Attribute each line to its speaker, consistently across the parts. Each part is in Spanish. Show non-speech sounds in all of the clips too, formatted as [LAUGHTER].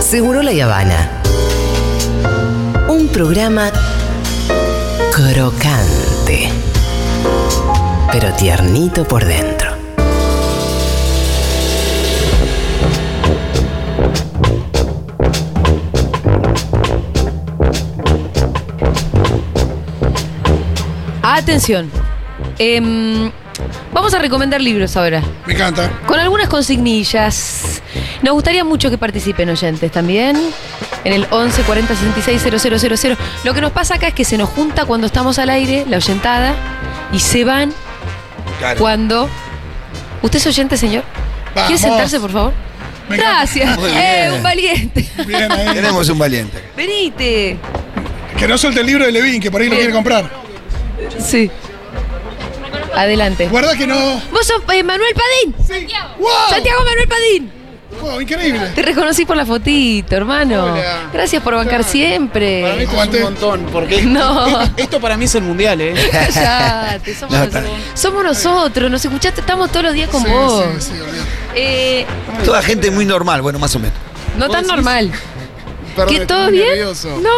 Speaker 1: Seguro la Habana. Un programa crocante, pero tiernito por dentro.
Speaker 2: Atención. Em, vamos a recomendar libros ahora.
Speaker 3: Me encanta.
Speaker 2: Con algunas consignillas. Nos gustaría mucho que participen oyentes también. En el 11 40 66 000. Lo que nos pasa acá es que se nos junta cuando estamos al aire, la oyentada, y se van
Speaker 3: Claro.
Speaker 2: cuando. ¿Usted es oyente, señor? ¿Quiere
Speaker 3: Vamos.
Speaker 2: sentarse, por favor?
Speaker 3: Me encanta.
Speaker 2: Gracias.
Speaker 3: Muy
Speaker 2: ¡Eh,
Speaker 3: bien.
Speaker 2: un valiente!
Speaker 3: Bien ahí.
Speaker 4: Tenemos un valiente.
Speaker 2: [LAUGHS] ¡Venite!
Speaker 3: Que no suelte el libro de Levin, que por ahí lo
Speaker 2: Bien.
Speaker 3: quiere comprar.
Speaker 2: Sí. Adelante.
Speaker 3: Guarda que no.
Speaker 2: Vos sos eh, Manuel Padín.
Speaker 3: ¡Wow!
Speaker 2: Santiago Manuel Padín.
Speaker 3: Wow, increíble.
Speaker 2: Te reconocí por la fotito, hermano.
Speaker 5: Hola.
Speaker 2: Gracias por bancar
Speaker 5: Para mí
Speaker 2: siempre.
Speaker 5: esto es
Speaker 3: Aguante.
Speaker 5: un montón,
Speaker 2: [LAUGHS]
Speaker 5: porque
Speaker 2: Eh, No.
Speaker 5: esto para mí es el mundial, ¿eh?
Speaker 2: [LAUGHS] Cállate, somos,
Speaker 4: No,
Speaker 2: nosotros.
Speaker 4: está-
Speaker 2: Somos nosotros, nos escuchaste, estamos todos los días con
Speaker 3: Sí,
Speaker 2: vos.
Speaker 3: sí, sí, olvidate.
Speaker 2: Eh,
Speaker 4: Toda gente muy normal, bueno, más o menos.
Speaker 2: no
Speaker 5: ¿Vos
Speaker 2: tan
Speaker 5: decís?
Speaker 2: normal.
Speaker 5: Perdón,
Speaker 2: ¿Qué,
Speaker 5: estoy
Speaker 2: todo
Speaker 5: muy
Speaker 2: bien?
Speaker 5: nervioso.
Speaker 2: No, no, no,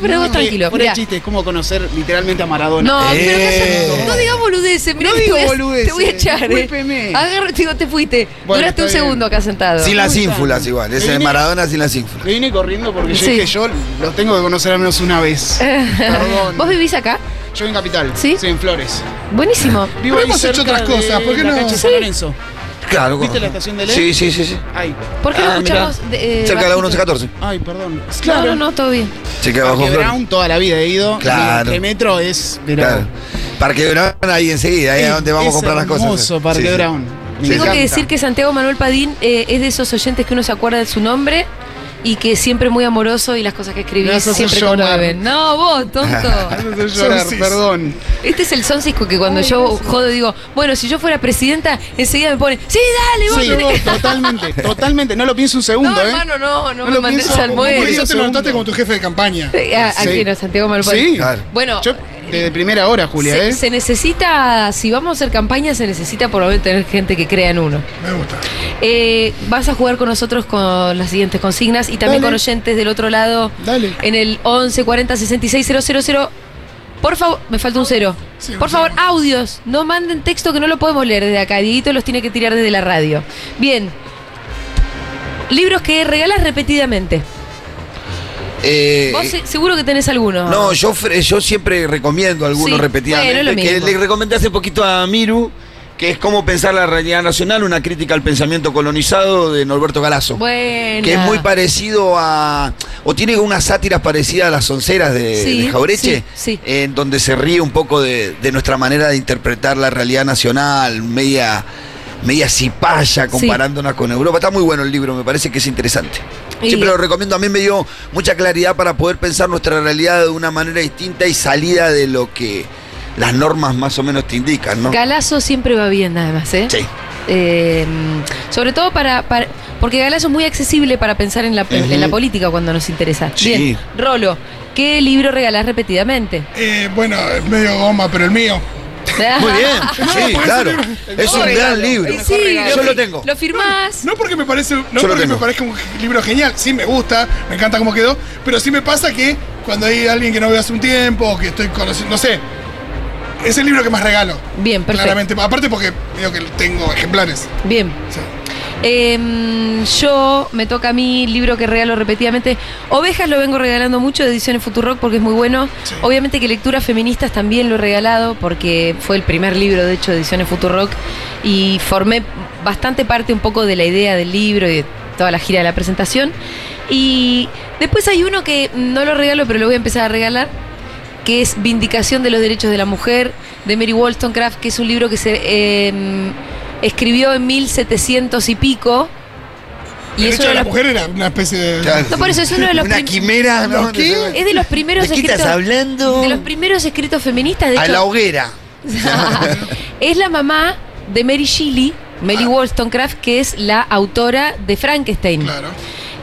Speaker 2: pero
Speaker 5: No,
Speaker 2: vos
Speaker 5: no,
Speaker 2: tranquilo.
Speaker 5: Fuera de
Speaker 2: mirá.
Speaker 5: chiste, es como conocer literalmente a Maradona.
Speaker 2: No, pero
Speaker 4: Eh.
Speaker 2: no seas- no digas boludeces, mirá
Speaker 5: No
Speaker 2: que te
Speaker 5: digo
Speaker 2: voy a- Te
Speaker 5: boludeces,
Speaker 2: voy a echar. Eh.
Speaker 5: discúlpeme.
Speaker 2: Agárrate, digo, te fuiste.
Speaker 5: Bueno,
Speaker 2: Duraste
Speaker 5: está
Speaker 2: un
Speaker 5: bien.
Speaker 2: segundo acá sentado.
Speaker 4: Sin las
Speaker 5: muy
Speaker 4: ínfulas
Speaker 5: sano.
Speaker 4: igual, es
Speaker 5: Vení.
Speaker 4: el Maradona sin las ínfulas.
Speaker 5: Me vine corriendo porque
Speaker 2: Sí.
Speaker 5: yo dije, yo lo tengo que conocer al menos una vez. Perdón.
Speaker 2: ¿Vos vivís acá?
Speaker 5: Yo en Capital.
Speaker 2: ¿Sí?
Speaker 5: en Flores.
Speaker 2: Buenísimo.
Speaker 5: Vivo
Speaker 3: Pero
Speaker 5: ahí
Speaker 3: hemos hecho
Speaker 5: cerca
Speaker 3: otras cosas,
Speaker 5: de
Speaker 3: ¿por qué
Speaker 5: la
Speaker 3: no?
Speaker 5: cancha de
Speaker 2: Sí.
Speaker 5: San Lorenzo.
Speaker 4: Claro.
Speaker 5: ¿Viste
Speaker 4: con-
Speaker 5: la estación de Ley?
Speaker 4: Sí, sí, sí, sí.
Speaker 5: Ay,
Speaker 2: ¿Por qué no
Speaker 4: Ah, mirá.
Speaker 2: escuchamos? de- eh,
Speaker 4: Cerca de la
Speaker 2: bajito?
Speaker 4: 1114.
Speaker 5: ay, perdón.
Speaker 2: No, no, no, todo bien.
Speaker 4: Checa abajo.
Speaker 5: Parque
Speaker 4: Flor.
Speaker 5: Brown toda la vida he ido.
Speaker 4: Claro.
Speaker 5: El metro es. Pero
Speaker 4: Claro. Parque Brown ahí enseguida, ahí es donde vamos a
Speaker 5: es
Speaker 4: comprar las cosas.
Speaker 5: hermoso Parque
Speaker 4: Sí, sí.
Speaker 5: Brown. Me
Speaker 2: Tengo
Speaker 4: Sí, sí.
Speaker 2: que
Speaker 5: encanta.
Speaker 2: decir que Santiago Manuel Padín eh, es de esos oyentes que uno se acuerda de su nombre y que siempre muy amoroso y las cosas que
Speaker 5: Me
Speaker 2: escribís
Speaker 5: vas a hacer
Speaker 2: siempre
Speaker 5: llorar.
Speaker 2: conmueven. No, vos,
Speaker 4: [LAUGHS]
Speaker 2: tonto.
Speaker 5: Me hace llorar,
Speaker 3: Son cis.
Speaker 5: perdón.
Speaker 2: Este es el soncisco que cuando yo jodo digo, bueno, si yo fuera presidenta, enseguida me pone, sí, dale, vos.
Speaker 5: Sí,
Speaker 2: tenés que-".
Speaker 5: totalmente, totalmente. No lo pienso un
Speaker 2: no,
Speaker 5: segundo, ¿eh?
Speaker 2: hermano, no, no,
Speaker 5: No
Speaker 2: me
Speaker 5: lo
Speaker 2: mandes
Speaker 5: pienso,
Speaker 2: al
Speaker 5: como
Speaker 3: Por eso
Speaker 5: Bueno,
Speaker 2: muerto.
Speaker 3: te lo
Speaker 5: segundo.
Speaker 3: notaste como tu jefe de campaña.
Speaker 2: Eh, ¿A, a
Speaker 5: Sí.
Speaker 2: quién no, Santiago Manuel Padín?
Speaker 5: Sí.
Speaker 4: Claro.
Speaker 2: Bueno,
Speaker 5: Yo, desde primera hora, Julia,
Speaker 2: se,
Speaker 5: ¿eh?
Speaker 2: se necesita, si vamos a hacer campaña, se necesita por lo menos tener gente que crea en uno.
Speaker 3: Me gusta.
Speaker 2: Eh, vas a jugar con nosotros con las siguientes consignas y también
Speaker 5: Dale.
Speaker 2: con oyentes del otro lado
Speaker 5: Dale.
Speaker 2: en el 11 40 66 000. Por favor, me falta un cero.
Speaker 3: Sí,
Speaker 2: Por
Speaker 3: un
Speaker 2: favor,
Speaker 3: cero.
Speaker 2: audios. No manden texto que no lo podemos leer desde acá. Dieguito los tiene que tirar desde la radio. Bien. Libros que regalas repetidamente.
Speaker 4: Eh,
Speaker 2: Vos se- seguro que tenés alguno.
Speaker 4: No, yo, fre- yo siempre recomiendo algunos
Speaker 2: Sí,
Speaker 4: repetidamente.
Speaker 2: bueno, lo
Speaker 4: que
Speaker 2: mismo.
Speaker 4: le recomendé hace poquito a Miru, que es Cómo pensar la realidad nacional, una crítica al pensamiento colonizado de Norberto Galazo.
Speaker 2: Bueno.
Speaker 4: Que es muy parecido a. o tiene unas sátiras parecidas a las onceras de,
Speaker 2: Sí,
Speaker 4: de Jaureche,
Speaker 2: sí, sí.
Speaker 4: en donde se ríe un poco de, de nuestra manera de interpretar la realidad nacional, media. media cipaya comparándonos con Europa. Está muy bueno el libro, me parece que es interesante.
Speaker 2: Y-
Speaker 4: Siempre lo recomiendo, a mí me dio mucha claridad para poder pensar nuestra realidad de una manera distinta y salida de lo que las normas más o menos te indican, ¿no?
Speaker 2: Galazo siempre va bien, además, ¿eh?
Speaker 4: Sí.
Speaker 2: Eh, sobre todo para, para- Porque Galazo es muy accesible para pensar en la, en
Speaker 4: Ujú.
Speaker 2: la política cuando nos interesa.
Speaker 4: Sí.
Speaker 2: Bien. Rolo, ¿qué libro regalás repetidamente?
Speaker 3: Eh, bueno, es medio goma, pero el mío.
Speaker 4: [LAUGHS] Muy bien,
Speaker 2: [LAUGHS]
Speaker 4: sí,
Speaker 3: por eso
Speaker 4: claro.
Speaker 3: libro-
Speaker 4: Es un
Speaker 2: Obvio.
Speaker 4: gran libro.
Speaker 2: Y Eh, sí,
Speaker 4: Yo lo tengo.
Speaker 2: Lo firmás.
Speaker 3: No porque me parece, no
Speaker 4: Yo lo
Speaker 3: porque me
Speaker 4: tengo.
Speaker 3: parezca un libro genial, sí me gusta, me encanta cómo quedó, pero sí me pasa que cuando hay alguien que no veo hace un tiempo, o que estoy conociendo, no sé, es el libro que más regalo.
Speaker 2: Bien, perfecto.
Speaker 3: Claramente, aparte porque veo que tengo ejemplares.
Speaker 2: Bien.
Speaker 3: Sí.
Speaker 2: Em, yo me toca a mí libro que regalo repetidamente. Ovejas lo vengo regalando mucho de ediciones Futurock porque es muy bueno.
Speaker 3: Sí.
Speaker 2: Obviamente que lecturas feministas también lo he regalado porque fue el primer libro de hecho de ediciones Futurock y formé bastante parte un poco de la idea del libro y de toda la gira de la presentación. Y después hay uno que no lo regalo pero lo voy a empezar a regalar que es Vindicación de los Derechos de la Mujer, de Mary Wollstonecraft, que es un libro que se em, escribió en 1700 y pico.
Speaker 3: Y
Speaker 2: Y
Speaker 3: el
Speaker 2: es
Speaker 3: hecho
Speaker 2: uno de
Speaker 3: de la
Speaker 2: los,
Speaker 3: mujer era una especie de.
Speaker 4: Claro.
Speaker 2: No, por eso es uno de los
Speaker 4: Una
Speaker 2: prim-
Speaker 4: quimera, ¿no?
Speaker 3: ¿Qué?
Speaker 2: es de los primeros
Speaker 4: ¿De qué estás
Speaker 2: escritos
Speaker 4: hablando?
Speaker 2: de los primeros escritos feministas, de
Speaker 4: A
Speaker 2: hecho, [LAUGHS]
Speaker 4: la hoguera.
Speaker 2: es la mamá
Speaker 4: Ah.
Speaker 2: de Mary Shelley, Mary Wollstonecraft, que es la autora de Frankenstein.
Speaker 3: Claro.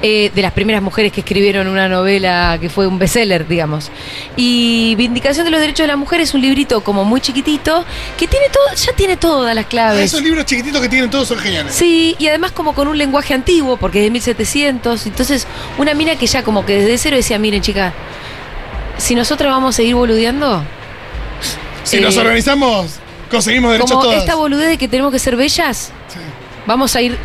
Speaker 2: eh, de las primeras mujeres que escribieron una novela que fue un bestseller, digamos. Y Vindicación de los Derechos de la Mujer es un librito como muy chiquitito que tiene todo, ya tiene todas las claves.
Speaker 3: Ah, Esos libros chiquititos que tienen todos son geniales.
Speaker 2: Sí, y además como con un lenguaje antiguo, porque es de 1700. Entonces, una mina que ya como que desde cero decía, miren chica, si nosotros vamos a seguir boludeando...
Speaker 3: Si
Speaker 2: eh,
Speaker 3: nos organizamos, conseguimos derechos
Speaker 2: como
Speaker 3: todos.
Speaker 2: esta boludez de que tenemos que ser bellas,
Speaker 3: Sí.
Speaker 2: vamos a ir...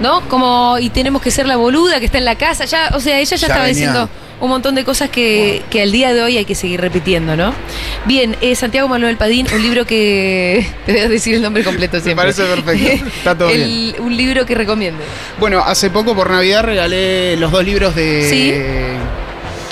Speaker 2: ¿No? Como, y tenemos que ser la boluda que está en la casa. Ya, o sea, ella ya,
Speaker 4: Ya
Speaker 2: estaba
Speaker 4: venía.
Speaker 2: diciendo un montón de cosas que, que al día de hoy hay que seguir repitiendo, ¿no? Bien, eh, Santiago Manuel Padín, un libro que. [LAUGHS] Te voy a decir el nombre completo siempre.
Speaker 5: parece
Speaker 2: [LAUGHS]
Speaker 5: perfecto. Está todo
Speaker 2: El- Un libro que recomiendo.
Speaker 5: Bueno, hace poco por Navidad regalé los dos libros de.
Speaker 2: Sí.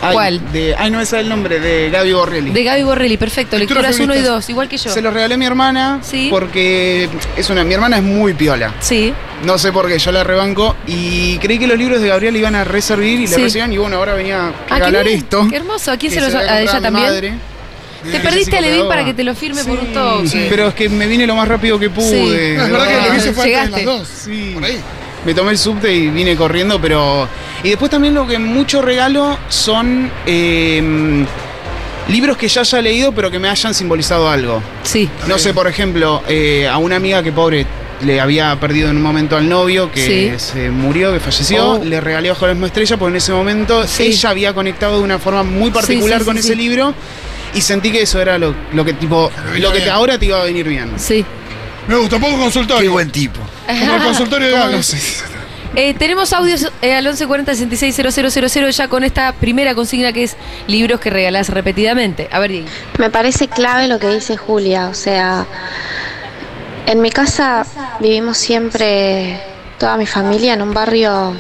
Speaker 5: Ay,
Speaker 2: ¿Cuál?
Speaker 5: De, ay, no me sale el nombre, de Gaby Borrelli.
Speaker 2: De Gaby Borrelli, perfecto.
Speaker 3: Lecturas
Speaker 2: Lecturas 1 y
Speaker 3: feministas.
Speaker 2: 2, igual que yo.
Speaker 5: Se los regalé a mi hermana
Speaker 2: Sí.
Speaker 5: porque es una, mi hermana es muy piola.
Speaker 2: Sí.
Speaker 5: No sé por qué, yo la rebanco y creí que los libros de Gabriel iban a reservir y la
Speaker 2: Sí.
Speaker 5: recibían y bueno, ahora venía a
Speaker 2: Ah, qué
Speaker 5: ganar
Speaker 2: bien,
Speaker 5: esto.
Speaker 2: Qué hermoso. ¿A quién
Speaker 5: que
Speaker 2: se los
Speaker 5: había
Speaker 2: a ella
Speaker 5: comprado mi
Speaker 2: también?
Speaker 5: madre.
Speaker 2: Te
Speaker 5: Eh,
Speaker 2: perdiste
Speaker 5: Jessica
Speaker 2: a Levin
Speaker 5: Cordova.
Speaker 2: para que te lo firme por un
Speaker 5: Sí,
Speaker 2: toque.
Speaker 5: Pero es que me vine lo más rápido que pude.
Speaker 3: No, es verdad que
Speaker 5: Ah,
Speaker 3: lo que hice fue antes de
Speaker 2: Llegaste.
Speaker 3: las dos.
Speaker 5: Sí.
Speaker 3: Por ahí.
Speaker 5: Me tomé el subte y vine corriendo, pero. Y después también lo que mucho regalo son eh, libros que ya haya leído, pero que me hayan simbolizado algo.
Speaker 2: Sí.
Speaker 5: No sé, por ejemplo, eh, a una amiga que pobre le había perdido en un momento al novio, que
Speaker 2: Sí.
Speaker 5: se murió, que falleció,
Speaker 2: Oh.
Speaker 5: le regalé Ojo a la misma estrella, porque en ese momento
Speaker 2: Sí.
Speaker 5: ella había conectado de una forma muy particular
Speaker 2: sí,
Speaker 5: con
Speaker 2: sí,
Speaker 5: ese
Speaker 2: sí.
Speaker 5: libro. Y sentí que eso era lo, lo que tipo
Speaker 3: Lo que
Speaker 5: lo que te-
Speaker 3: bien.
Speaker 5: ahora te iba a venir bien.
Speaker 2: Sí.
Speaker 3: Me gustó, poco consultorio.
Speaker 4: Qué buen tipo.
Speaker 3: Como el consultorio de
Speaker 5: ¿Cómo
Speaker 3: Gaby.
Speaker 5: no sé?
Speaker 3: [LAUGHS]
Speaker 2: Eh, tenemos audios eh, al 1140-660000 ya con esta primera consigna que es libros que regalás repetidamente. A ver, Diego.
Speaker 6: Me parece clave lo que dice Julia, o sea, en mi casa vivimos siempre, toda mi familia, en un barrio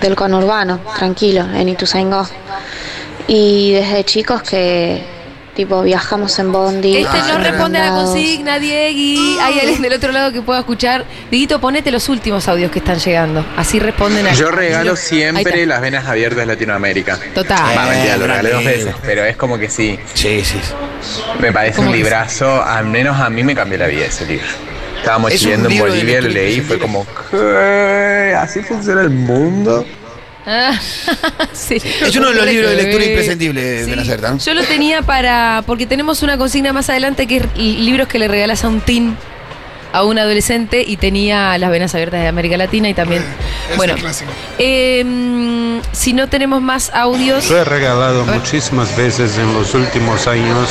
Speaker 6: del conurbano, tranquilo, en Ituzaingó. Y desde chicos que, tipo, viajamos en bondi.
Speaker 2: Este no
Speaker 6: en
Speaker 2: responde a la
Speaker 6: mandados.
Speaker 2: consigna, Diegui. Hay alguien del otro lado que pueda escuchar. Dieguito, ponete los últimos audios que están llegando. Así responden a
Speaker 7: Yo regalo
Speaker 2: Ahí
Speaker 7: siempre las venas abiertas de Latinoamérica.
Speaker 2: está. Total.
Speaker 7: Más mentira,
Speaker 4: Eh,
Speaker 7: lo regalé dos
Speaker 4: bravo.
Speaker 7: veces, pero es como que sí.
Speaker 4: Sí, sí.
Speaker 7: Me parece
Speaker 2: ¿Cómo
Speaker 7: un
Speaker 2: que sí?
Speaker 7: librazo, al menos a mí me cambió la vida ese libro. Estábamos
Speaker 4: Es un
Speaker 7: chillando en
Speaker 4: libro de
Speaker 7: Bolivia, lo
Speaker 4: lectura
Speaker 7: leí, fue
Speaker 4: infantil.
Speaker 7: como, ¿qué? ¿Así funciona el mundo?
Speaker 2: Ah, [LAUGHS] sí.
Speaker 4: Es uno de los libros de lectura imprescindible
Speaker 2: Sí.
Speaker 4: de la Certa, ¿no?
Speaker 2: Yo lo tenía para. Porque tenemos una consigna más adelante que es li- libros que le regalas a un teen, a un adolescente, y tenía Las Venas Abiertas de América Latina y también.
Speaker 4: Eh,
Speaker 3: Es
Speaker 2: bueno,
Speaker 3: un clásico.
Speaker 2: eh, si no tenemos más audios.
Speaker 8: Yo he regalado
Speaker 2: ver.
Speaker 8: muchísimas veces en los últimos años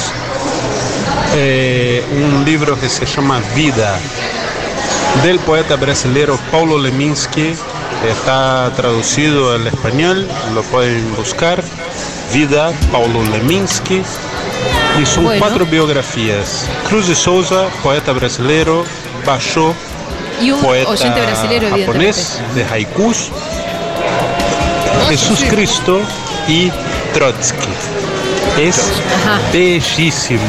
Speaker 8: eh, un libro que se llama Vida, del poeta brasileño Paulo Leminski. Está traducido al español, lo pueden buscar. Vida, Paulo Leminski. Y son
Speaker 2: Bueno.
Speaker 8: cuatro biografías. Cruz de Souza, poeta brasileño, Bachot,
Speaker 2: Y un
Speaker 8: poeta
Speaker 2: oyente brasileño, evidentemente.
Speaker 8: japonés de haikus,
Speaker 2: Ah,
Speaker 8: Jesús Cristo y Trotsky. Es
Speaker 2: Ajá.
Speaker 8: bellísimo,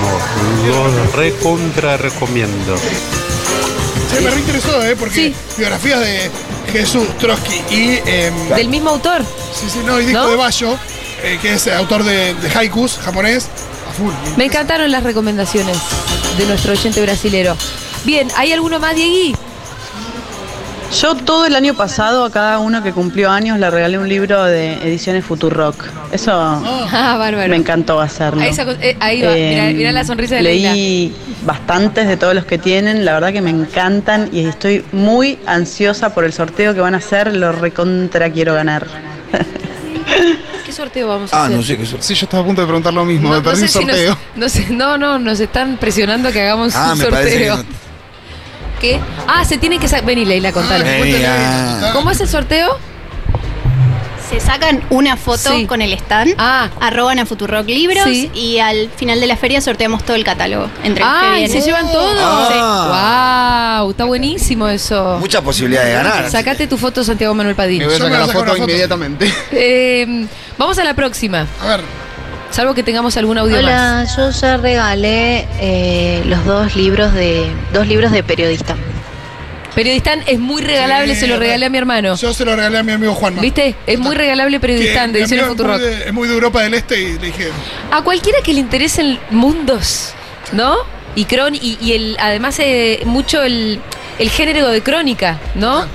Speaker 8: lo recontra recomiendo.
Speaker 3: Sí, me reinteresó, ¿eh? Porque
Speaker 2: Sí.
Speaker 3: biografías de Jesús Trotsky y. em,
Speaker 2: Del mismo autor.
Speaker 3: sí, sí, no, y disco
Speaker 2: ¿No?
Speaker 3: de Bayo, eh, que es autor de, de haikus japonés. A full.
Speaker 2: Me encantaron las recomendaciones de nuestro oyente brasilero. Bien, ¿hay alguno más, Diegui?
Speaker 9: Yo todo el año pasado a cada uno que cumplió años le regalé un libro de ediciones Futurock. Eso
Speaker 2: Ah, bárbaro.
Speaker 9: me encantó hacerlo.
Speaker 2: Ahí, sacó- eh, ahí va,
Speaker 9: Eh,
Speaker 2: mirá, mirá la sonrisa de Leila.
Speaker 9: Leí bastantes de todos los que tienen, la verdad que me encantan y estoy muy ansiosa por el sorteo que van a hacer, lo recontra quiero ganar.
Speaker 2: ¿Qué sorteo vamos a
Speaker 4: Ah,
Speaker 2: hacer?
Speaker 4: no sé qué eso.
Speaker 5: Sí, yo estaba a punto de preguntar lo mismo, me perdí
Speaker 2: sé
Speaker 5: un
Speaker 2: si nos-
Speaker 5: sorteo.
Speaker 2: no sé- no, no, nos están presionando que hagamos
Speaker 4: Ah,
Speaker 2: un
Speaker 4: me parece que
Speaker 2: sorteo.
Speaker 4: no.
Speaker 2: ¿Qué? Ah, se tiene que sacar. Vení, Leila, contalo.
Speaker 4: Eh, ah.
Speaker 2: ¿Cómo es el sorteo?
Speaker 10: Se sacan una foto
Speaker 2: Sí.
Speaker 10: con el stand,
Speaker 2: Ah.
Speaker 10: arroban a Futurock Libros
Speaker 2: Sí.
Speaker 10: y al final de la feria sorteamos todo el catálogo entre los que
Speaker 2: Ah, y
Speaker 10: vienen.
Speaker 2: se llevan todo.
Speaker 4: Ah.
Speaker 2: Wow, está buenísimo eso.
Speaker 4: Mucha posibilidad de ganar.
Speaker 2: Sacate tu foto, Santiago Manuel Padilla.
Speaker 5: Me voy a
Speaker 3: Yo me voy
Speaker 5: sacar la
Speaker 3: a sacar
Speaker 5: foto
Speaker 3: una foto.
Speaker 5: inmediatamente.
Speaker 2: Eh, vamos a la próxima,
Speaker 3: A ver,
Speaker 2: salvo que tengamos algún audio más.
Speaker 11: Hola, yo ya regalé eh, los dos libros de dos libros de periodista.
Speaker 2: Periodistán es muy regalable,
Speaker 3: Sí,
Speaker 2: se lo
Speaker 3: re-
Speaker 2: regalé a mi hermano.
Speaker 3: yo se lo regalé a mi amigo Juanma.
Speaker 2: ¿Viste? Es muy regalable
Speaker 3: Que
Speaker 2: Periodistán de
Speaker 3: mi
Speaker 2: Ediciones
Speaker 3: amigo
Speaker 2: Futurock.
Speaker 3: Es muy, de, es muy de Europa del Este y le dije.
Speaker 2: A cualquiera que le interesen mundos, ¿no? Y cron, y, y el, además eh, mucho el, el género de crónica, ¿no?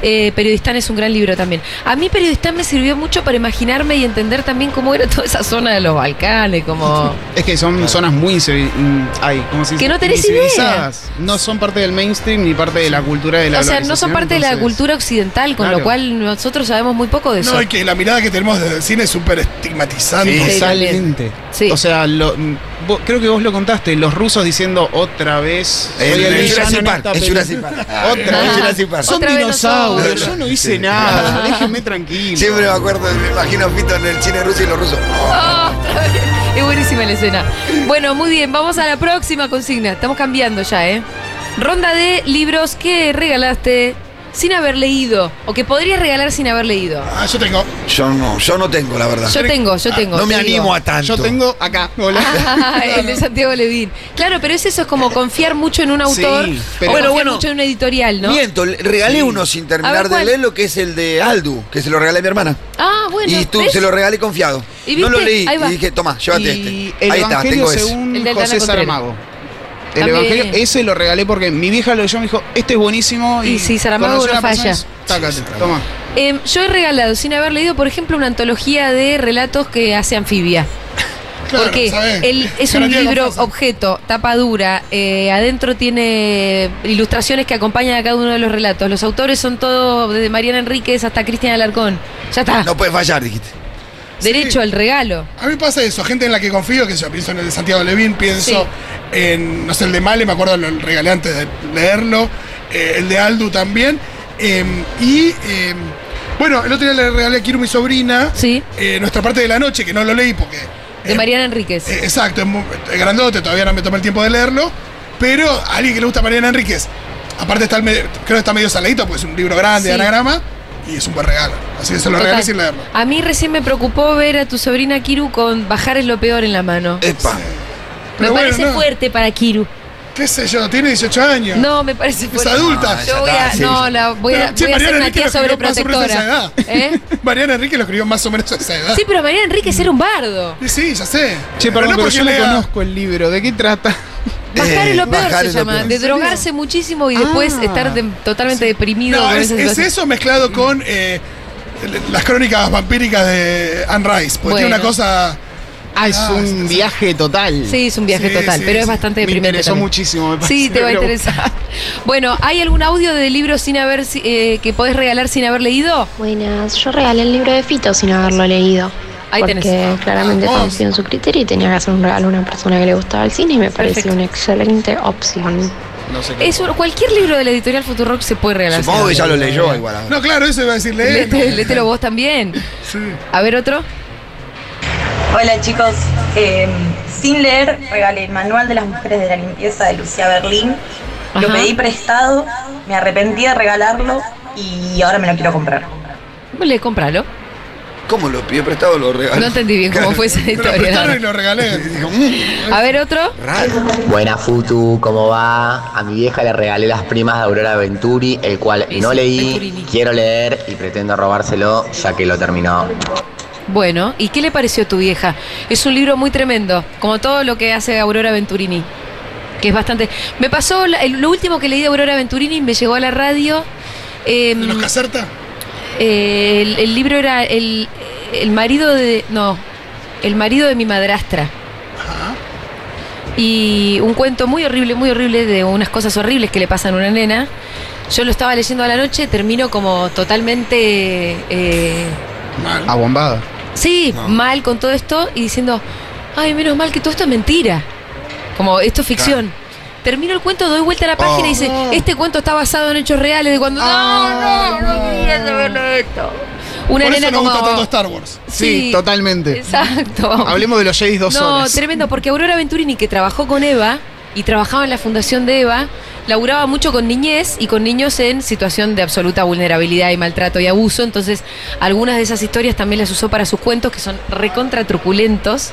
Speaker 2: Eh, Periodistán es un gran libro también. A mí Periodistán me sirvió mucho para imaginarme y entender también cómo era toda esa zona de los Balcanes, como...
Speaker 5: Es que son zonas muy incivil- mm, ay, ¿cómo se dice?
Speaker 2: Que no tenés idea.
Speaker 5: Incivilizadas. No son parte del mainstream ni parte de la cultura [LAUGHS] de la
Speaker 2: o sea, no son
Speaker 5: globalización,
Speaker 2: parte de la
Speaker 5: entonces-
Speaker 2: cultura occidental, con lo
Speaker 5: Claro.
Speaker 2: cual nosotros sabemos muy poco de eso.
Speaker 3: No, y que "Eh, la mirada que tenemos desde el cine es súper estigmatizante.
Speaker 2: Sí,
Speaker 5: Totalmente.
Speaker 2: Sí.
Speaker 5: O sea, lo- mm, vos- creo que vos lo contaste, los rusos diciendo otra vez.
Speaker 4: El-
Speaker 5: soy
Speaker 4: el
Speaker 5: villano
Speaker 4: Jurassic
Speaker 5: en
Speaker 4: Park,
Speaker 5: esta
Speaker 4: el
Speaker 5: película.
Speaker 4: Jurassic Park.
Speaker 5: Otra
Speaker 4: El
Speaker 5: vez.
Speaker 4: Jurassic Park.
Speaker 5: Son
Speaker 4: Otra vez
Speaker 5: dinosaurios,
Speaker 4: nosotros.
Speaker 5: yo no hice
Speaker 4: Sí. [LAUGHS]
Speaker 5: nada, déjenme tranquilo.
Speaker 4: Siempre me acuerdo, me imagino a Fito en el cine ruso y los rusos.
Speaker 2: Ah, es buenísima la escena. Bueno, muy bien, vamos a la próxima consigna. Estamos cambiando ya, ¿eh? Ronda de libros que regalaste sin haber leído o que podrías regalar sin haber leído.
Speaker 3: Ah, yo tengo.
Speaker 4: Yo no, yo no tengo, la verdad.
Speaker 2: Yo tengo, yo tengo.
Speaker 4: ah, no me
Speaker 2: te
Speaker 4: animo a tanto.
Speaker 5: Yo tengo acá, hola.
Speaker 2: [LAUGHS] Ah, el de Santiago Levín. Claro, pero es eso, es como confiar mucho en un autor o
Speaker 5: Sí, pero-
Speaker 2: confiar
Speaker 4: Bueno, bueno.
Speaker 2: mucho en una editorial, ¿no?
Speaker 4: Miento, le- regalé
Speaker 5: Sí.
Speaker 4: uno sin
Speaker 2: A ver,
Speaker 4: terminar de
Speaker 2: ¿cuál?
Speaker 4: leer lo que es el de Aldu, que se lo regalé a mi hermana.
Speaker 2: Ah, bueno.
Speaker 4: y tú
Speaker 2: ¿ves?
Speaker 4: se lo regalé confiado.
Speaker 2: ¿Y
Speaker 4: no lo
Speaker 2: viste?
Speaker 4: leí
Speaker 2: Ahí va.
Speaker 4: y dije, toma, llévate
Speaker 5: Y
Speaker 4: este.
Speaker 5: el
Speaker 4: Ahí está,
Speaker 5: Evangelio
Speaker 4: tengo ese.
Speaker 5: según
Speaker 2: El de Aldana
Speaker 5: José
Speaker 2: Contreras.
Speaker 5: Saramago. El
Speaker 2: También.
Speaker 5: Evangelio, ese lo regalé porque mi vieja lo leyó y me dijo, este es buenísimo.
Speaker 2: Y sí, Saramago
Speaker 5: conocí a
Speaker 2: no
Speaker 5: una persona
Speaker 2: falla.
Speaker 5: y- Tácate, toma.
Speaker 2: Em, yo he regalado sin haber leído, por ejemplo, una antología de relatos que hace anfibia.
Speaker 3: Claro,
Speaker 2: Porque
Speaker 3: ¿sabés?
Speaker 2: el- es un
Speaker 3: Garantía de
Speaker 2: libro
Speaker 3: confianza.
Speaker 2: objeto, tapa dura, eh, adentro tiene ilustraciones que acompañan a cada uno de los relatos. Los autores son todos desde Mariana Enríquez hasta Cristian Alarcón. Ya está,
Speaker 4: [LAUGHS] No puede fallar, dijiste.
Speaker 2: derecho al regalo.
Speaker 3: A mí pasa eso, gente en la que confío, que yo pienso en el de Santiago Levín, pienso
Speaker 2: Sí.
Speaker 3: en, no sé, el de Male, me acuerdo, lo regalé antes de leerlo, eh, el de Aldu también. eh, y, eh, bueno, el otro día le regalé a Kiru, mi sobrina,
Speaker 2: Sí,
Speaker 3: eh, Nuestra parte de la noche, que no lo leí porque...
Speaker 2: de
Speaker 3: eh,
Speaker 2: Mariana Enríquez.
Speaker 3: eh, exacto, es, muy- es grandote, todavía no me tomé el tiempo de leerlo, pero a alguien que le gusta a Mariana Enríquez, aparte está el me- creo que está medio saladito, porque es un libro grande,
Speaker 2: Sí.
Speaker 3: anagrama, y es un buen regalo. Así que se lo
Speaker 2: Total.
Speaker 3: regalé sin leerlo.
Speaker 2: A mí recién me preocupó ver a tu sobrina Kiru con bajar es lo peor en la mano.
Speaker 4: Epa.
Speaker 2: me
Speaker 3: Eh, Pero bueno,
Speaker 2: parece
Speaker 3: no,
Speaker 2: fuerte para Kiru.
Speaker 3: ¿Qué sé yo? Tiene 18 años.
Speaker 2: No, me parece fuerte.
Speaker 3: adulta.
Speaker 2: Yo voy a,
Speaker 4: Ah, ya está,
Speaker 2: no,
Speaker 4: sí.
Speaker 2: la, voy a,
Speaker 3: Pero, che,
Speaker 2: voy a ser
Speaker 3: Mariana
Speaker 2: una
Speaker 3: Enrique
Speaker 2: tía
Speaker 3: lo escribió más o menos a esa
Speaker 2: sobreprotectora.
Speaker 3: edad.
Speaker 2: ¿Eh?
Speaker 3: [LAUGHS] Mariana Enrique lo escribió más o menos a esa edad.
Speaker 2: Sí, pero Mariana Enríquez era un bardo.
Speaker 3: Y sí, ya sé.
Speaker 5: Che, perdón,
Speaker 3: no
Speaker 5: pero
Speaker 3: porque
Speaker 5: yo no
Speaker 3: lea-
Speaker 5: conozco el libro, ¿de qué trata?
Speaker 2: Bajar es
Speaker 4: Eh,
Speaker 2: lo peor
Speaker 4: bajar
Speaker 2: se
Speaker 4: es lo
Speaker 2: llama.
Speaker 4: peor.
Speaker 2: De
Speaker 4: ¿En
Speaker 2: drogarse muchísimo y después
Speaker 5: Ah.
Speaker 2: estar de- totalmente deprimido.
Speaker 3: No,
Speaker 2: con
Speaker 3: es,
Speaker 2: esa
Speaker 3: es
Speaker 2: situación.
Speaker 3: eso mezclado con eh, las crónicas vampíricas de Anne Rice. Porque tiene
Speaker 2: Bueno.
Speaker 3: una cosa.
Speaker 5: Ah, es
Speaker 3: Ah, sí,
Speaker 5: un
Speaker 3: sí.
Speaker 5: viaje total.
Speaker 2: Sí, es un viaje
Speaker 3: Sí,
Speaker 2: total,
Speaker 3: sí,
Speaker 2: pero es
Speaker 3: sí.
Speaker 2: bastante
Speaker 5: Me
Speaker 2: deprimente.
Speaker 5: interesó
Speaker 2: también.
Speaker 5: muchísimo. me
Speaker 2: Sí,
Speaker 5: parece,
Speaker 2: te va a
Speaker 5: pero-
Speaker 2: interesar. Bueno, ¿hay algún audio de libro sin haber si- eh, que podés regalar sin haber leído?
Speaker 6: Buenas, yo regalé el libro de Fito sin haberlo leído.
Speaker 2: Ahí
Speaker 6: porque
Speaker 2: tenés. Ah,
Speaker 6: claramente
Speaker 3: Vamos.
Speaker 6: confío en su criterio y tenía que hacer un regalo a una persona que le gustaba el cine y me pareció
Speaker 2: Perfecto.
Speaker 6: una excelente opción.
Speaker 5: No sé qué.
Speaker 2: Es un- cualquier libro de la editorial Futurock se puede regalar. sin
Speaker 4: Supongo que
Speaker 2: haber
Speaker 4: ya lo
Speaker 2: leído.
Speaker 4: leyó igual.
Speaker 3: No, claro, eso iba a decir leer.
Speaker 2: [LAUGHS] Léete- Léetelo vos también.
Speaker 3: Sí.
Speaker 2: A ver otro.
Speaker 12: Hola chicos, Eh, sin leer regalé el Manual de las Mujeres de la Limpieza de Lucía Berlín. Lo
Speaker 2: Ajá.
Speaker 12: pedí prestado, me arrepentí de regalarlo y ahora me lo quiero comprar.
Speaker 2: Le compralo.
Speaker 4: ¿Cómo lo pidió prestado? Lo regaló.
Speaker 2: No entendí bien cómo fue esa
Speaker 3: Me lo
Speaker 2: historia.
Speaker 3: prestaron y
Speaker 2: no,
Speaker 3: lo
Speaker 5: [LAUGHS]
Speaker 3: regalé.
Speaker 4: Dijo, mm,
Speaker 2: no. A ver otro.
Speaker 4: raro.
Speaker 13: Buena Futu, ¿cómo va? A mi vieja le regalé las primas de Aurora Venturi, el cual no leí, quiero leer y pretendo robárselo ya que lo terminó.
Speaker 2: Bueno, ¿y qué le pareció a tu vieja? Es un libro muy tremendo, como todo lo que hace Aurora Venturini, que es bastante... Me pasó, la- el- lo último que leí de Aurora Venturini me llegó a la radio, eh,
Speaker 3: ¿De los caserta?
Speaker 2: eh, el, el libro era el, el marido de... no, el marido de mi madrastra. Y un cuento muy horrible, muy horrible de unas cosas horribles que le pasan a una nena. Yo lo estaba leyendo a la noche, termino como totalmente... eh,
Speaker 3: Mal.
Speaker 5: Abombado.
Speaker 2: Sí, mal con todo esto y diciendo, ay, menos mal que todo esto es mentira. Como esto es ficción. Termino el cuento, doy vuelta a la página y dice, este cuento está basado en hechos reales de cuando...
Speaker 5: Ah,
Speaker 2: no, no, no,
Speaker 5: no.
Speaker 2: quería saberlo de esto. Una
Speaker 3: Por
Speaker 2: nena
Speaker 3: eso no
Speaker 2: como...
Speaker 3: gusta tanto Star Wars.
Speaker 5: Sí, totalmente.
Speaker 2: Exacto.
Speaker 5: Hablemos de los Jays dos
Speaker 2: no,
Speaker 5: horas.
Speaker 2: tremendo, porque Aurora Venturini, que trabajó con Eva y trabajaba en la fundación de Eva, laburaba mucho con niñez y con niños en situación de absoluta vulnerabilidad y maltrato y abuso. Entonces, algunas de esas historias también las usó para sus cuentos, que son recontra truculentos.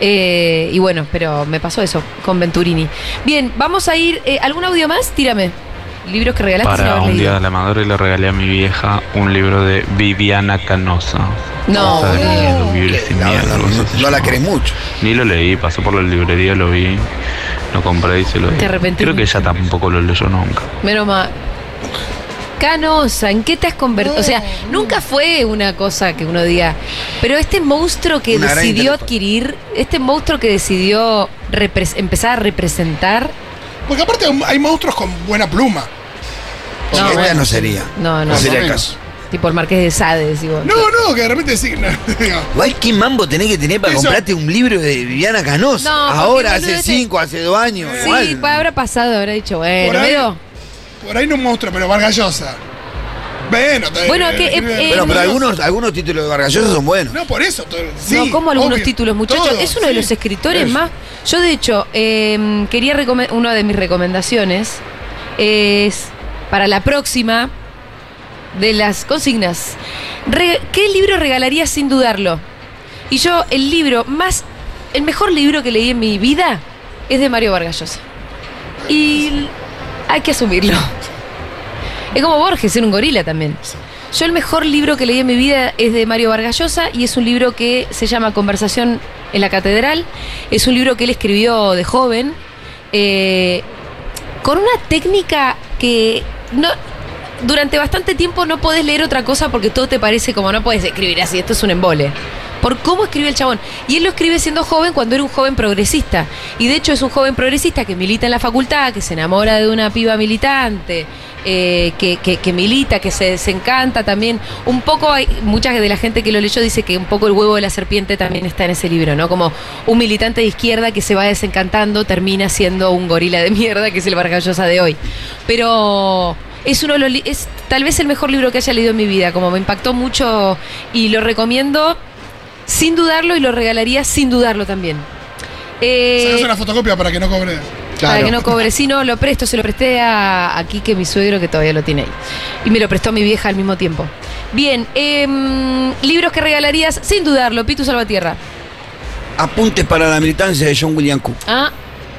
Speaker 2: Eh, y bueno, pero me pasó eso con Venturini. Bien, vamos a ir. eh, ¿Algún audio más? Tírame. Libros que regalaste sin
Speaker 8: Para
Speaker 2: haber
Speaker 8: un
Speaker 2: leído.
Speaker 8: día de la madre le regalé a mi vieja un libro de Viviana Canosa.
Speaker 2: No,
Speaker 8: Cosa de
Speaker 2: boludo.
Speaker 8: niños, vivir sin
Speaker 4: No,
Speaker 8: miedo,
Speaker 4: no,
Speaker 8: algo
Speaker 4: no,
Speaker 8: así
Speaker 4: no
Speaker 8: se
Speaker 4: la
Speaker 8: llama.
Speaker 4: querés mucho.
Speaker 8: Ni lo leí, pasó por la librería, lo vi.
Speaker 14: Lo compré y se lo di.
Speaker 2: Te arrepentí.
Speaker 14: Creo que ella tampoco lo leyó nunca.
Speaker 2: Menos mal. Canosa, ¿en qué te has convertido? O sea, nunca fue una cosa que uno diga, pero este monstruo que
Speaker 4: Una gran
Speaker 2: decidió
Speaker 4: intelectual.
Speaker 2: adquirir, este monstruo que decidió repres- empezar a representar.
Speaker 3: Porque aparte hay monstruos con buena pluma.
Speaker 4: Porque esta
Speaker 2: bueno.
Speaker 4: no sería.
Speaker 2: No, no.
Speaker 4: No sería el caso.
Speaker 2: Tipo el Marqués de Sade, decís vos.
Speaker 3: No, no, que de repente sí. no, [LAUGHS] digo,
Speaker 4: Guay, ¿qué mambo tenés que tener para
Speaker 3: Eso-
Speaker 4: comprarte un libro de Viviana Canosa?
Speaker 2: No, porque,
Speaker 4: Ahora,
Speaker 2: boludo,
Speaker 4: hace
Speaker 2: ese-
Speaker 4: cinco, hace dos años.
Speaker 2: Sí,
Speaker 4: igual.
Speaker 2: pa- habrá pasado, habrá dicho, bueno,
Speaker 3: Por ahí-
Speaker 2: medio-
Speaker 3: Por ahí no un monstruo, pero Vargallosa. Bueno, te-
Speaker 2: Bueno, que,
Speaker 3: escribe-
Speaker 2: eh, eh,
Speaker 4: Bueno, pero algunos, algunos títulos de Vargallosa son buenos.
Speaker 3: No, por eso. to- sí,
Speaker 2: no, como algunos
Speaker 3: obvio,
Speaker 2: títulos, muchachos.
Speaker 3: todo,
Speaker 2: es uno de
Speaker 3: sí.
Speaker 2: los escritores
Speaker 3: Es.
Speaker 2: más. Yo, de hecho, eh, quería recome- una de mis recomendaciones es para la próxima de las consignas. Re- ¿Qué libro regalaría sin dudarlo? Y yo, el libro más. El mejor libro que leí en mi vida es de Mario Vargas Llosa. Y hay que asumirlo. Es como Borges, era un gorila también. Yo el mejor libro que leí en mi vida es de Mario Vargas Llosa y es un libro que se llama Conversación en la Catedral. Es un libro que él escribió de joven eh, con una técnica que no durante bastante tiempo no podés leer otra cosa porque todo te parece como no podés escribir así, esto es un embole. Por cómo escribe el chabón. Y él lo escribe siendo joven cuando era un joven progresista. Y de hecho es un joven progresista que milita en la facultad, que se enamora de una piba militante, eh, que, que- que milita, que se desencanta también. Un poco, hay, mucha de la gente que lo leyó dice que un poco el huevo de la serpiente también está en ese libro, ¿no? Como un militante de izquierda que se va desencantando termina siendo un gorila de mierda, que es el Vargallosa de hoy. Pero es uno de los li- es tal vez el mejor libro que haya leído en mi vida, como me impactó mucho y lo recomiendo sin dudarlo y lo regalaría sin dudarlo también. Eh,
Speaker 3: Sacás una fotocopia para que no cobre.
Speaker 2: Para que no cobre, si no, lo presto, se lo presté a, a Quique, mi suegro, que todavía lo tiene ahí. Y me lo prestó mi vieja al mismo tiempo. Bien, em, libros que regalarías sin dudarlo, Pitu Salvatierra.
Speaker 4: Apuntes para la militancia de John William Cook.
Speaker 2: Ah,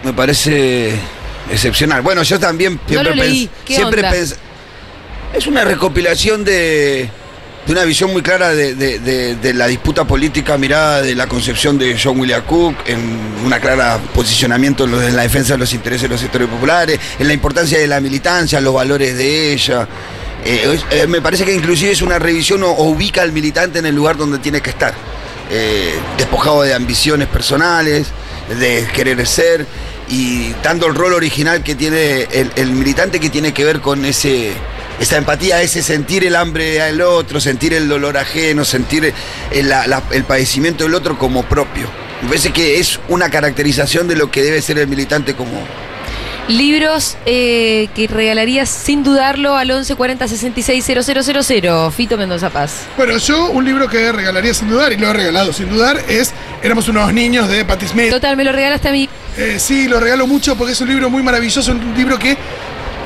Speaker 4: Me parece excepcional. Bueno, yo también siempre
Speaker 2: lo leí.
Speaker 4: pens-
Speaker 2: ¿Qué
Speaker 4: siempre
Speaker 2: onda?
Speaker 4: pens- Es una recopilación de, de una visión muy clara de, de- de- de la disputa política mirada de la concepción de John William Cook, en una clara posicionamiento en lo- en la defensa de los intereses de los sectores populares, en la importancia de la militancia, los valores de ella. Eh, es- eh, me parece que inclusive es una revisión o, o ubica al militante en el lugar donde tiene que estar, eh, despojado de ambiciones personales, de querer ser y dando el rol original que tiene el, el militante que tiene que ver con ese esa empatía, ese sentir el hambre al otro, sentir el dolor ajeno, sentir el, la- la- el padecimiento del otro como propio. Me parece que es una caracterización de lo que debe ser el militante como,
Speaker 2: libros eh, que regalarías sin dudarlo al 1140 66 000. Fito Mendoza Paz.
Speaker 3: Bueno, yo un libro que regalaría sin dudar, y lo he regalado sin dudar, es Éramos unos niños de Patti Smith. Eh,
Speaker 2: Total, me lo regalaste a mí.
Speaker 3: sí, lo regalo mucho porque es un libro muy maravilloso, un libro que,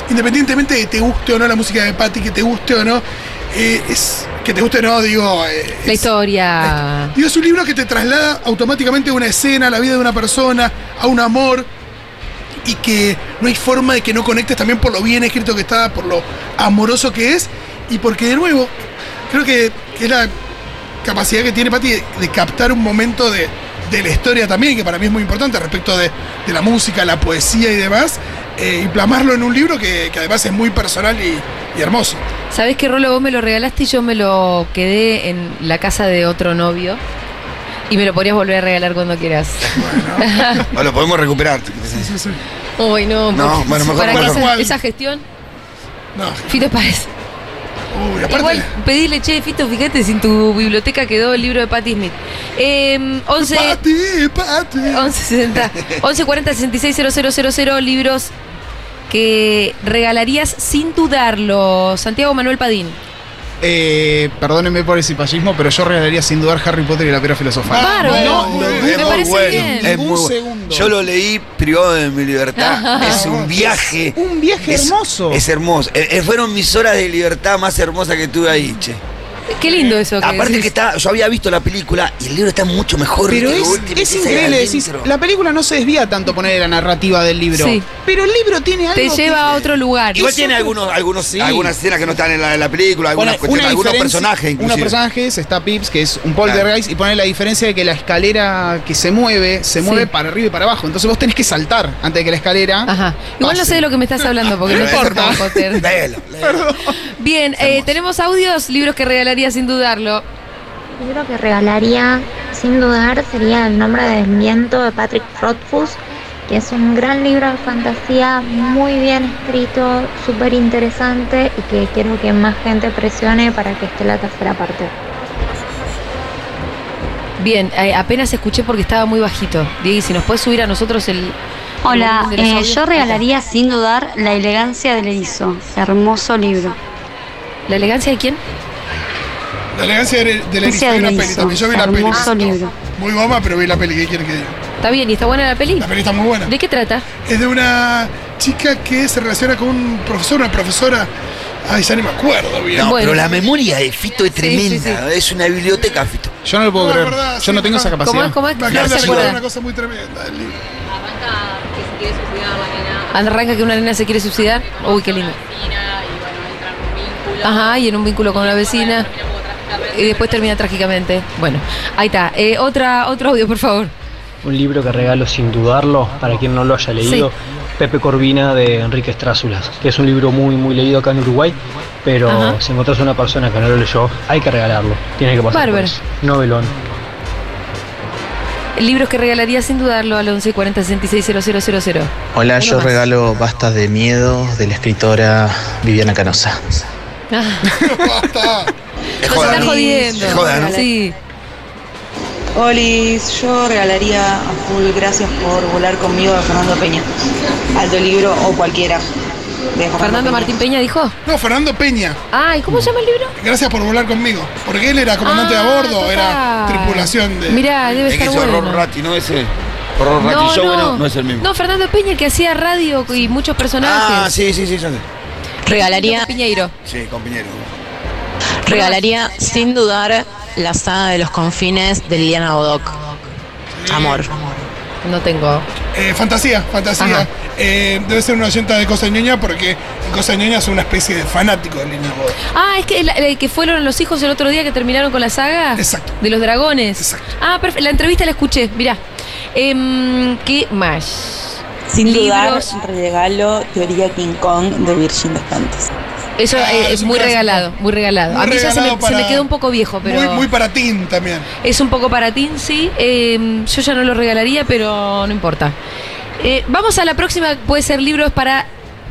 Speaker 3: independientemente de te guste o no la música de Patti, que te guste o no, eh, es que te guste o no, digo, eh,
Speaker 2: La historia.
Speaker 3: Digo, es un libro que te traslada automáticamente a una escena, a la vida de una persona, a un amor, y que no hay forma de que no conectes también por lo bien escrito que está, por lo amoroso que es, y porque de nuevo, creo que es la capacidad que tiene Patti de, de captar un momento de, de la historia también, que para mí es muy importante respecto de, de la música, la poesía y demás, eh, y plasmarlo en un libro que, que además es muy personal y, y hermoso.
Speaker 2: ¿Sabés que Rolo vos me lo regalaste y yo me lo quedé en la casa de otro novio? Y me lo podrías volver a regalar cuando quieras.
Speaker 4: o lo podemos recuperar.
Speaker 2: Uy, no.
Speaker 4: No,
Speaker 2: porque-
Speaker 4: bueno, mejor-
Speaker 2: para que
Speaker 4: mejor.
Speaker 2: esa,
Speaker 4: ¿Cuál?
Speaker 2: esa gestión.
Speaker 3: No.
Speaker 2: Fito Páez.
Speaker 3: Uy, aparte-
Speaker 2: Igual pedirle, che, Fito, fíjate si en tu biblioteca quedó el libro de Patti Smith. Eh, 11, 11, 60, 11 40 66 000 libros que regalarías sin dudarlo. Santiago Manuel Padín.
Speaker 5: Eh, perdónenme por el cipallismo, pero yo regalaría sin dudar Harry Potter y la piedra filosofal.
Speaker 2: Bárbaro.
Speaker 5: No, no,
Speaker 2: me parece bien.
Speaker 4: es muy
Speaker 5: Ningún
Speaker 4: bueno.
Speaker 5: segundo.
Speaker 4: Yo lo leí privado de mi
Speaker 2: [LAUGHS]
Speaker 4: libertad.
Speaker 5: Ajá.
Speaker 4: es un viaje.
Speaker 5: Un viaje
Speaker 4: Es-
Speaker 5: hermoso.
Speaker 4: Es hermoso. Eh, eh, fueron mis horas de libertad más hermosas que tuve ahí, che.
Speaker 2: Qué lindo eso. Que
Speaker 4: Aparte
Speaker 2: decís.
Speaker 4: que está, yo había visto la película y el libro está mucho mejor.
Speaker 5: Pero
Speaker 4: que el
Speaker 5: es,
Speaker 4: último,
Speaker 5: es
Speaker 4: que se
Speaker 5: increíble,
Speaker 4: da
Speaker 5: decís,
Speaker 4: adentro.
Speaker 5: la película no se desvía tanto poner de la narrativa del libro.
Speaker 4: Sí.
Speaker 5: Pero el libro tiene algo.
Speaker 2: Te lleva a otro lugar.
Speaker 4: Igual tiene algunos, algunos, algunas escenas que no están en la, en la película, algunas
Speaker 5: Pone
Speaker 4: cuestiones, algunos
Speaker 5: diferencia-
Speaker 4: personajes
Speaker 5: Unos
Speaker 4: inclusive.
Speaker 5: personajes, está Pips, que es un poltergeist, y pone la diferencia de que la escalera que se mueve, se
Speaker 2: Sí.
Speaker 5: mueve para arriba y para abajo. Entonces vos tenés que saltar antes de que la escalera.
Speaker 2: Ajá. Igual no sé de lo que me estás hablando
Speaker 3: [LAUGHS]
Speaker 2: porque no
Speaker 5: No importa.
Speaker 2: importa. Potter.
Speaker 4: Léelo,
Speaker 2: Bien, eh, tenemos audios, libros que regalaría sin dudarlo.
Speaker 15: libro que regalaría, sin dudar, sería El nombre de viento de Patrick Rothfuss, que es un gran libro de fantasía, muy bien escrito, súper interesante y que quiero que más gente presione para que esté la tercera parte.
Speaker 2: Bien, eh, apenas escuché porque estaba muy bajito. Diego, si nos puedes subir a nosotros el.
Speaker 16: Hola,
Speaker 2: el volumen de los
Speaker 16: eh,
Speaker 2: audios.
Speaker 16: yo regalaría sin dudar La elegancia del erizo, hermoso libro.
Speaker 2: ¿La elegancia de quién?
Speaker 3: La elegancia de, de la
Speaker 16: Ese
Speaker 3: Erizo, vi la peli
Speaker 16: Erizo,
Speaker 3: también. Yo vi la peli.
Speaker 16: hermoso libro.
Speaker 3: Muy goma, pero vi la peli. ¿Qué quiere que diga?
Speaker 2: Está bien, ¿y está buena la peli? La
Speaker 3: peli está muy buena.
Speaker 2: ¿De qué trata?
Speaker 3: Es de una chica que se relaciona con un profesor, una profesora. Ay, ya ni me acuerdo bien.
Speaker 4: No, pero la memoria de Fito es
Speaker 3: Sí, sí,
Speaker 4: tremenda. Es una biblioteca, Fito.
Speaker 5: Yo no lo puedo
Speaker 3: No,
Speaker 5: creer.
Speaker 3: la verdad,
Speaker 5: yo
Speaker 3: sí,
Speaker 5: no tengo
Speaker 3: no.
Speaker 5: esa
Speaker 3: ¿Cómo
Speaker 5: capacidad.
Speaker 2: es? ¿Cómo es?
Speaker 3: Me
Speaker 2: No
Speaker 3: acabo de
Speaker 2: se
Speaker 3: recordar
Speaker 2: acuerda.
Speaker 3: una cosa muy tremenda del libro.
Speaker 2: Arranca que una nena se quiere suicidar. Uy, qué lindo. Ajá, y en un vínculo con una vecina. Y después termina trágicamente. Bueno, ahí está. Eh, otra, otro audio, por favor.
Speaker 17: Un libro que regalo sin dudarlo, para quien no lo haya leído,
Speaker 2: Sí.
Speaker 17: Pepe Corvina de Enrique Estrázulas, que es un libro muy, muy leído acá en Uruguay, pero
Speaker 2: Ajá.
Speaker 17: si encontrás una persona que no lo leyó, hay que regalarlo, tiene que pasar por
Speaker 2: Bárbaro.
Speaker 17: eso. Novelón.
Speaker 2: Libros que regalaría sin dudarlo al 11 40 66 000.
Speaker 18: Hola,
Speaker 2: Uno
Speaker 18: yo
Speaker 2: más.
Speaker 18: regalo Bastas de Miedo de la escritora Viviana Canosa.
Speaker 2: Ah.
Speaker 18: Es
Speaker 2: Nos
Speaker 18: joda,
Speaker 2: está
Speaker 18: ¿no?
Speaker 2: jodiendo.
Speaker 18: Es joda, ¿no?
Speaker 2: Sí.
Speaker 19: Olis, yo regalaría a full gracias por volar conmigo de Fernando Peña. Alto libro o cualquiera.
Speaker 2: Fernando Martín Peña dijo.
Speaker 3: No, Fernando Peña.
Speaker 2: Ay, ¿cómo se llama el libro?
Speaker 3: Gracias por volar conmigo. Porque él era comandante
Speaker 2: Ah,
Speaker 3: de a bordo,
Speaker 2: total.
Speaker 3: era tripulación de.
Speaker 2: Mirá, debe
Speaker 4: Es que
Speaker 2: estar
Speaker 4: hizo
Speaker 2: bueno.
Speaker 4: Rorro Ratti, ¿no? Ese. Rorro Ratti Show, no, no es el mismo.
Speaker 2: No, Fernando Peña, el que hacía radio y muchos personajes.
Speaker 4: ah, sí, sí, sí, yo sé.
Speaker 20: Regalaría-
Speaker 2: Piñeiro.
Speaker 4: Sí, compañero.
Speaker 20: Regalaría sin dudar la saga de los confines de Liliana Bodoc. Amor.
Speaker 2: No tengo.
Speaker 3: Eh, fantasía, fantasía.
Speaker 2: Ajá.
Speaker 3: Eh, debe ser una oyenta de Cosa Ñoña porque Cosa Ñoña es una especie de fanático de Línea Boda.
Speaker 2: Ah, es que, el- el que fueron los hijos el otro día que terminaron con la saga. Exacto. De los dragones. Exacto. Ah, perfecto. La entrevista la escuché, mirá. Em, ¿Qué más?
Speaker 19: Sin dudar,
Speaker 2: Libros.
Speaker 19: regalo Teoría King Kong de Virgin Descantes.
Speaker 2: Eso eh, es
Speaker 19: es un
Speaker 2: muy
Speaker 19: clásico.
Speaker 2: regalado, muy regalado.
Speaker 19: Muy
Speaker 2: a mí ya se
Speaker 19: regalado
Speaker 2: me, se me
Speaker 19: para-
Speaker 2: quedó un poco viejo, pero.
Speaker 3: Muy, muy para Tim también.
Speaker 2: Es un poco para ti, sí. Eh, yo ya no lo regalaría, pero no importa. Eh, vamos a la próxima, puede ser libros para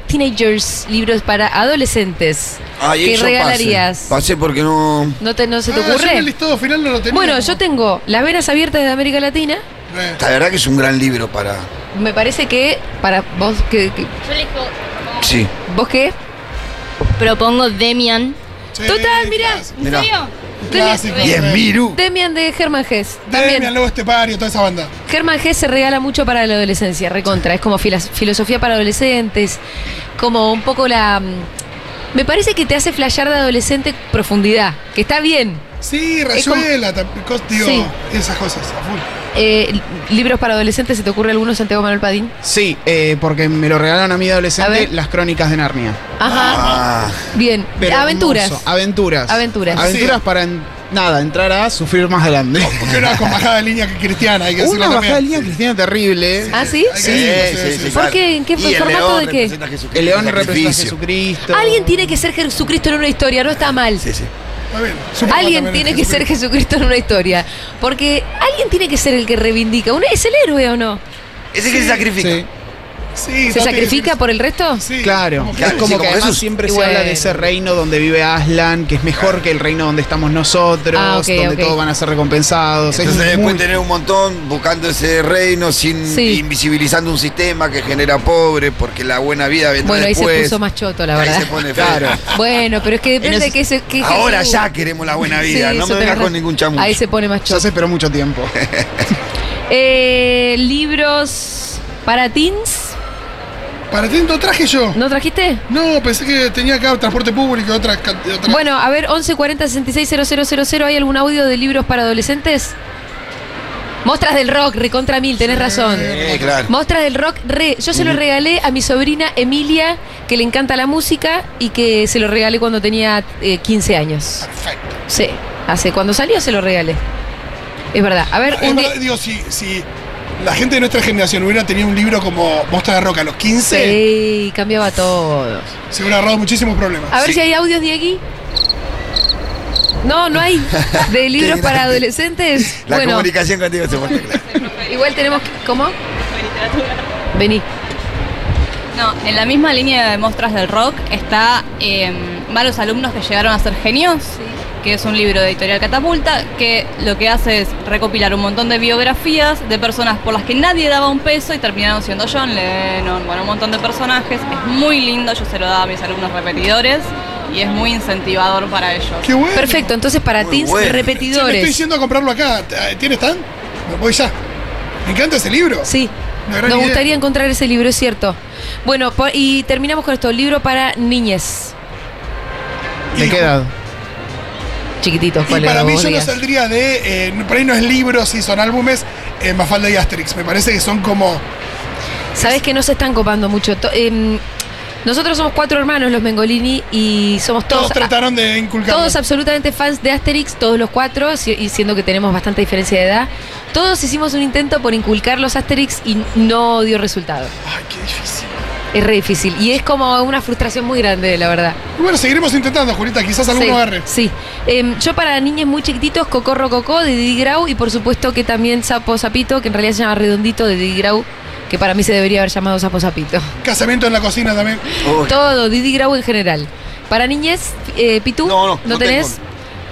Speaker 2: teenagers, libros para adolescentes.
Speaker 4: Ay,
Speaker 2: ¿Qué
Speaker 4: yo
Speaker 2: regalarías?
Speaker 4: Pasé, pasé porque no.
Speaker 2: ¿No, te, ¿No se te
Speaker 3: Ah, yo
Speaker 2: ocurre?
Speaker 3: en el listado final no lo tenía.
Speaker 2: bueno, yo tengo Las venas abiertas de América Latina.
Speaker 4: La verdad que es un gran libro para.
Speaker 2: Me parece que para vos que, que-
Speaker 4: Sí.
Speaker 2: vos qué?
Speaker 10: Propongo Demian.
Speaker 2: Total, mirá.
Speaker 4: Mirá.
Speaker 3: Clásico.
Speaker 4: Bien, Miru.
Speaker 2: Demian de Germán Hess.
Speaker 3: Demian, Lobo Estepario, toda esa banda.
Speaker 2: Germán G se regala mucho para la adolescencia, recontra. Es como filas- filosofía para adolescentes, como un poco la. mm, Me parece que te hace flashear de adolescente profundidad, que está bien.
Speaker 3: Sí,
Speaker 2: Es como-
Speaker 3: Rayuela, tam- cos- digo,
Speaker 2: Sí.
Speaker 3: esas cosas. a full.
Speaker 2: Eh, li- libros para adolescentes, ¿se te ocurre alguno, Santiago Manuel Padín?
Speaker 5: Sí, eh, porque me lo regalaron a mí de adolescente las crónicas de Narnia.
Speaker 4: Ah,
Speaker 2: Ajá. Bien.
Speaker 5: Pero
Speaker 2: Aventuras.
Speaker 5: hermoso, Ah, Aventuras.
Speaker 2: Aventuras.
Speaker 5: Aventuras
Speaker 2: Sí.
Speaker 5: para en- nada, entrar a sufrir más grande. [LAUGHS]
Speaker 3: Porque una con bajada de línea que cristiana, hay que decirlo
Speaker 5: Una bajada de
Speaker 3: también.
Speaker 5: línea cristiana terrible.
Speaker 2: ¿Ah, sí?
Speaker 5: Hay que
Speaker 2: Sí,
Speaker 5: decirlo,
Speaker 2: sí, sí, ¿Por claro. qué? ¿En qué Y el formato león de qué? representa a
Speaker 4: Jesucristo,
Speaker 5: El león
Speaker 4: el
Speaker 5: representa a
Speaker 4: sacrificio.
Speaker 5: Jesucristo.
Speaker 2: Alguien tiene que ser Jesucristo en una historia, no está mal.
Speaker 3: Está bien. Superman
Speaker 2: Alguien
Speaker 3: también
Speaker 2: tiene
Speaker 3: es
Speaker 2: que ser Jesucristo en una historia. Porque alguien tiene que ser el que reivindica. Uno- ¿Es el héroe o no?
Speaker 4: Ese que se sacrifica.
Speaker 3: Sí,
Speaker 2: ¿Se
Speaker 5: no tiene
Speaker 2: sacrifica por el resto? Sí.
Speaker 5: Claro, es como que además siempre se habla de ese reino donde vive Aslan, que es mejor que el reino donde estamos nosotros,
Speaker 2: Ah, ok,
Speaker 5: donde
Speaker 2: ok.
Speaker 5: todos van a ser recompensados.
Speaker 4: Entonces
Speaker 5: es
Speaker 4: después
Speaker 5: muy-
Speaker 4: tener un montón buscando ese reino, sin
Speaker 2: Sí.
Speaker 4: invisibilizando un sistema que genera pobre, porque la buena vida vendrá
Speaker 2: Bueno, ahí
Speaker 4: después.
Speaker 2: se puso más choto, la
Speaker 4: Ahí
Speaker 2: verdad.
Speaker 4: se pone feo. Claro.
Speaker 2: Bueno, pero es que depende
Speaker 4: En
Speaker 2: de que se. que
Speaker 4: Ahora
Speaker 2: Jesús-
Speaker 4: ya queremos la buena vida,
Speaker 2: Sí,
Speaker 4: no
Speaker 2: eso
Speaker 4: me
Speaker 2: tenés
Speaker 4: vengas
Speaker 2: razón.
Speaker 4: con ningún chamuyo.
Speaker 2: Ahí se pone más
Speaker 5: Ya
Speaker 2: choto.
Speaker 5: se esperó mucho tiempo.
Speaker 2: Eh, libros para teens.
Speaker 3: Para ti no traje yo.
Speaker 2: ¿No trajiste?
Speaker 3: No, pensé que tenía acá transporte público, otra, can- otra-
Speaker 2: Bueno, a ver, 1140-660000, ¿hay algún audio de libros para adolescentes? Mostras del rock, recontra mil, tenés razón.
Speaker 4: Eh, claro.
Speaker 2: Mostras del rock, re- yo se lo
Speaker 4: Ujú.
Speaker 2: regalé a mi sobrina Emilia, que le encanta la música y que se lo regalé cuando tenía eh, 15 años.
Speaker 3: Perfecto.
Speaker 2: Sí, hace cuando salió se lo regalé. Es verdad. A ver,
Speaker 3: Es
Speaker 2: un
Speaker 3: verdad,
Speaker 2: di-
Speaker 3: digo, si, si la gente de nuestra generación hubiera tenido un libro como Mostra de Roca a los 15,
Speaker 2: Sí, cambiaba todo.
Speaker 3: se hubiera ahorrado muchísimos problemas.
Speaker 2: A ver si hay audios, Diegui. No, no hay. De libros
Speaker 4: Qué
Speaker 2: para
Speaker 4: grande.
Speaker 2: adolescentes.
Speaker 4: La
Speaker 2: bueno,
Speaker 4: comunicación contigo se
Speaker 2: [LAUGHS]
Speaker 4: pone clara.
Speaker 2: igual tenemos. que- ¿Cómo? Vení.
Speaker 21: No, en la misma línea de Mostras del Rock está eh, Malos Alumnos que llegaron a ser genios, que es un libro de editorial Catapulta, que lo que hace es recopilar un montón de biografías de personas por las que nadie daba un peso y terminaron siendo John Lennon, bueno, un montón de personajes. Es muy lindo, yo se lo daba a mis alumnos repetidores y es muy incentivador para ellos.
Speaker 3: Qué bueno.
Speaker 2: Perfecto, entonces para
Speaker 3: Muy
Speaker 2: teens
Speaker 3: bueno. Che, me estoy
Speaker 2: repetidores.
Speaker 3: diciendo a comprarlo acá. ¿Tienes tan? Me voy ya. Me encanta ese libro.
Speaker 2: Sí.
Speaker 3: Una gran
Speaker 2: Nos
Speaker 3: idea.
Speaker 2: gustaría encontrar ese libro, es cierto. Bueno, po- y terminamos con esto, libro para niñes.
Speaker 5: ¿De qué edad?
Speaker 2: Chiquititos,
Speaker 3: Y
Speaker 2: ¿cuál era
Speaker 3: para mí
Speaker 2: vos,
Speaker 3: yo no
Speaker 2: Díaz?
Speaker 3: saldría de. eh, por ahí no es libro, sí, son álbumes, eh, Mafalda y Asterix. Me parece que son como.
Speaker 2: Sabes que no se están copando mucho. To- em, nosotros somos cuatro hermanos, los Mengolini, y somos todos.
Speaker 3: Todos trataron de inculcar.
Speaker 2: Todos absolutamente fans de Asterix, todos los cuatro, si- y siendo que tenemos bastante diferencia de edad, todos hicimos un intento por inculcar los Asterix y no dio resultado.
Speaker 3: Ay, qué difícil.
Speaker 2: Es re difícil y es como una frustración muy grande, la verdad.
Speaker 3: Y Bueno, seguiremos intentando, Julita, quizás alguno
Speaker 2: sí,
Speaker 3: agarre.
Speaker 2: Sí. Em, yo para niños muy chiquititos, Cocorro Cocó de Didi Grau y por supuesto que también Sapo Sapito, que en realidad se llama Redondito de Didi Grau, que para mí se debería haber llamado Sapo Sapito.
Speaker 3: Casamiento en la cocina también.
Speaker 2: Todo, Didi Grau en general. Para niñez, eh, Pitu, no,
Speaker 3: no
Speaker 2: tenés?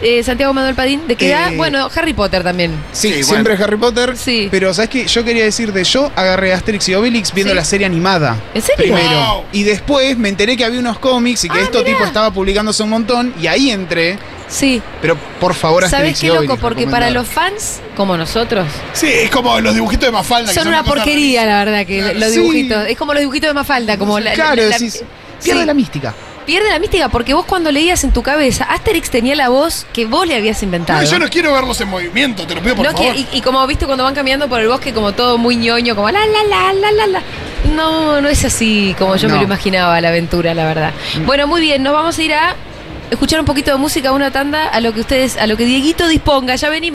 Speaker 2: Eh, Santiago Manuel Padín, ¿de qué
Speaker 5: Eh,
Speaker 2: edad? Bueno, Harry Potter también.
Speaker 5: Sí, siempre es Harry Potter.
Speaker 2: Sí.
Speaker 5: Pero sabes que yo quería decirte, yo agarré Asterix y Obelix viendo la serie animada.
Speaker 2: ¿En serio?
Speaker 5: Primero.
Speaker 2: Wow.
Speaker 5: Y después me enteré que había unos cómics
Speaker 2: Ah,
Speaker 5: y que esto tipo estaba publicándose un montón y ahí entré.
Speaker 2: Sí.
Speaker 5: Pero por favor,
Speaker 2: ¿Sabes
Speaker 5: Asterix y
Speaker 2: qué loco?
Speaker 5: Obelix,
Speaker 2: Porque para
Speaker 5: recomendado.
Speaker 2: los fans, como nosotros,
Speaker 3: Sí, es como los dibujitos de Mafalda. que
Speaker 2: son una
Speaker 3: cosas
Speaker 2: porquería, la verdad, que
Speaker 3: Claro,
Speaker 2: los
Speaker 3: sí.
Speaker 2: dibujitos. Es como los dibujitos de Mafalda, como la,
Speaker 5: Claro,
Speaker 2: la- la-
Speaker 5: decís,
Speaker 2: sí.
Speaker 5: pierde la mística.
Speaker 2: Pierde la mística porque vos cuando leías en tu cabeza, Asterix tenía la voz que vos le habías inventado.
Speaker 3: No, yo no quiero verlos en movimiento, te lo pido por
Speaker 2: No
Speaker 3: favor.
Speaker 2: que- y, y como viste cuando van caminando por el bosque como todo muy ñoño, como la la la la la la. No, no es así como yo me
Speaker 11: No.
Speaker 2: lo imaginaba la aventura, la verdad.
Speaker 3: Mm.
Speaker 2: Bueno, muy bien, nos vamos a ir a escuchar un poquito de música, una tanda, a lo que ustedes, a lo que Dieguito disponga. Ya venimos.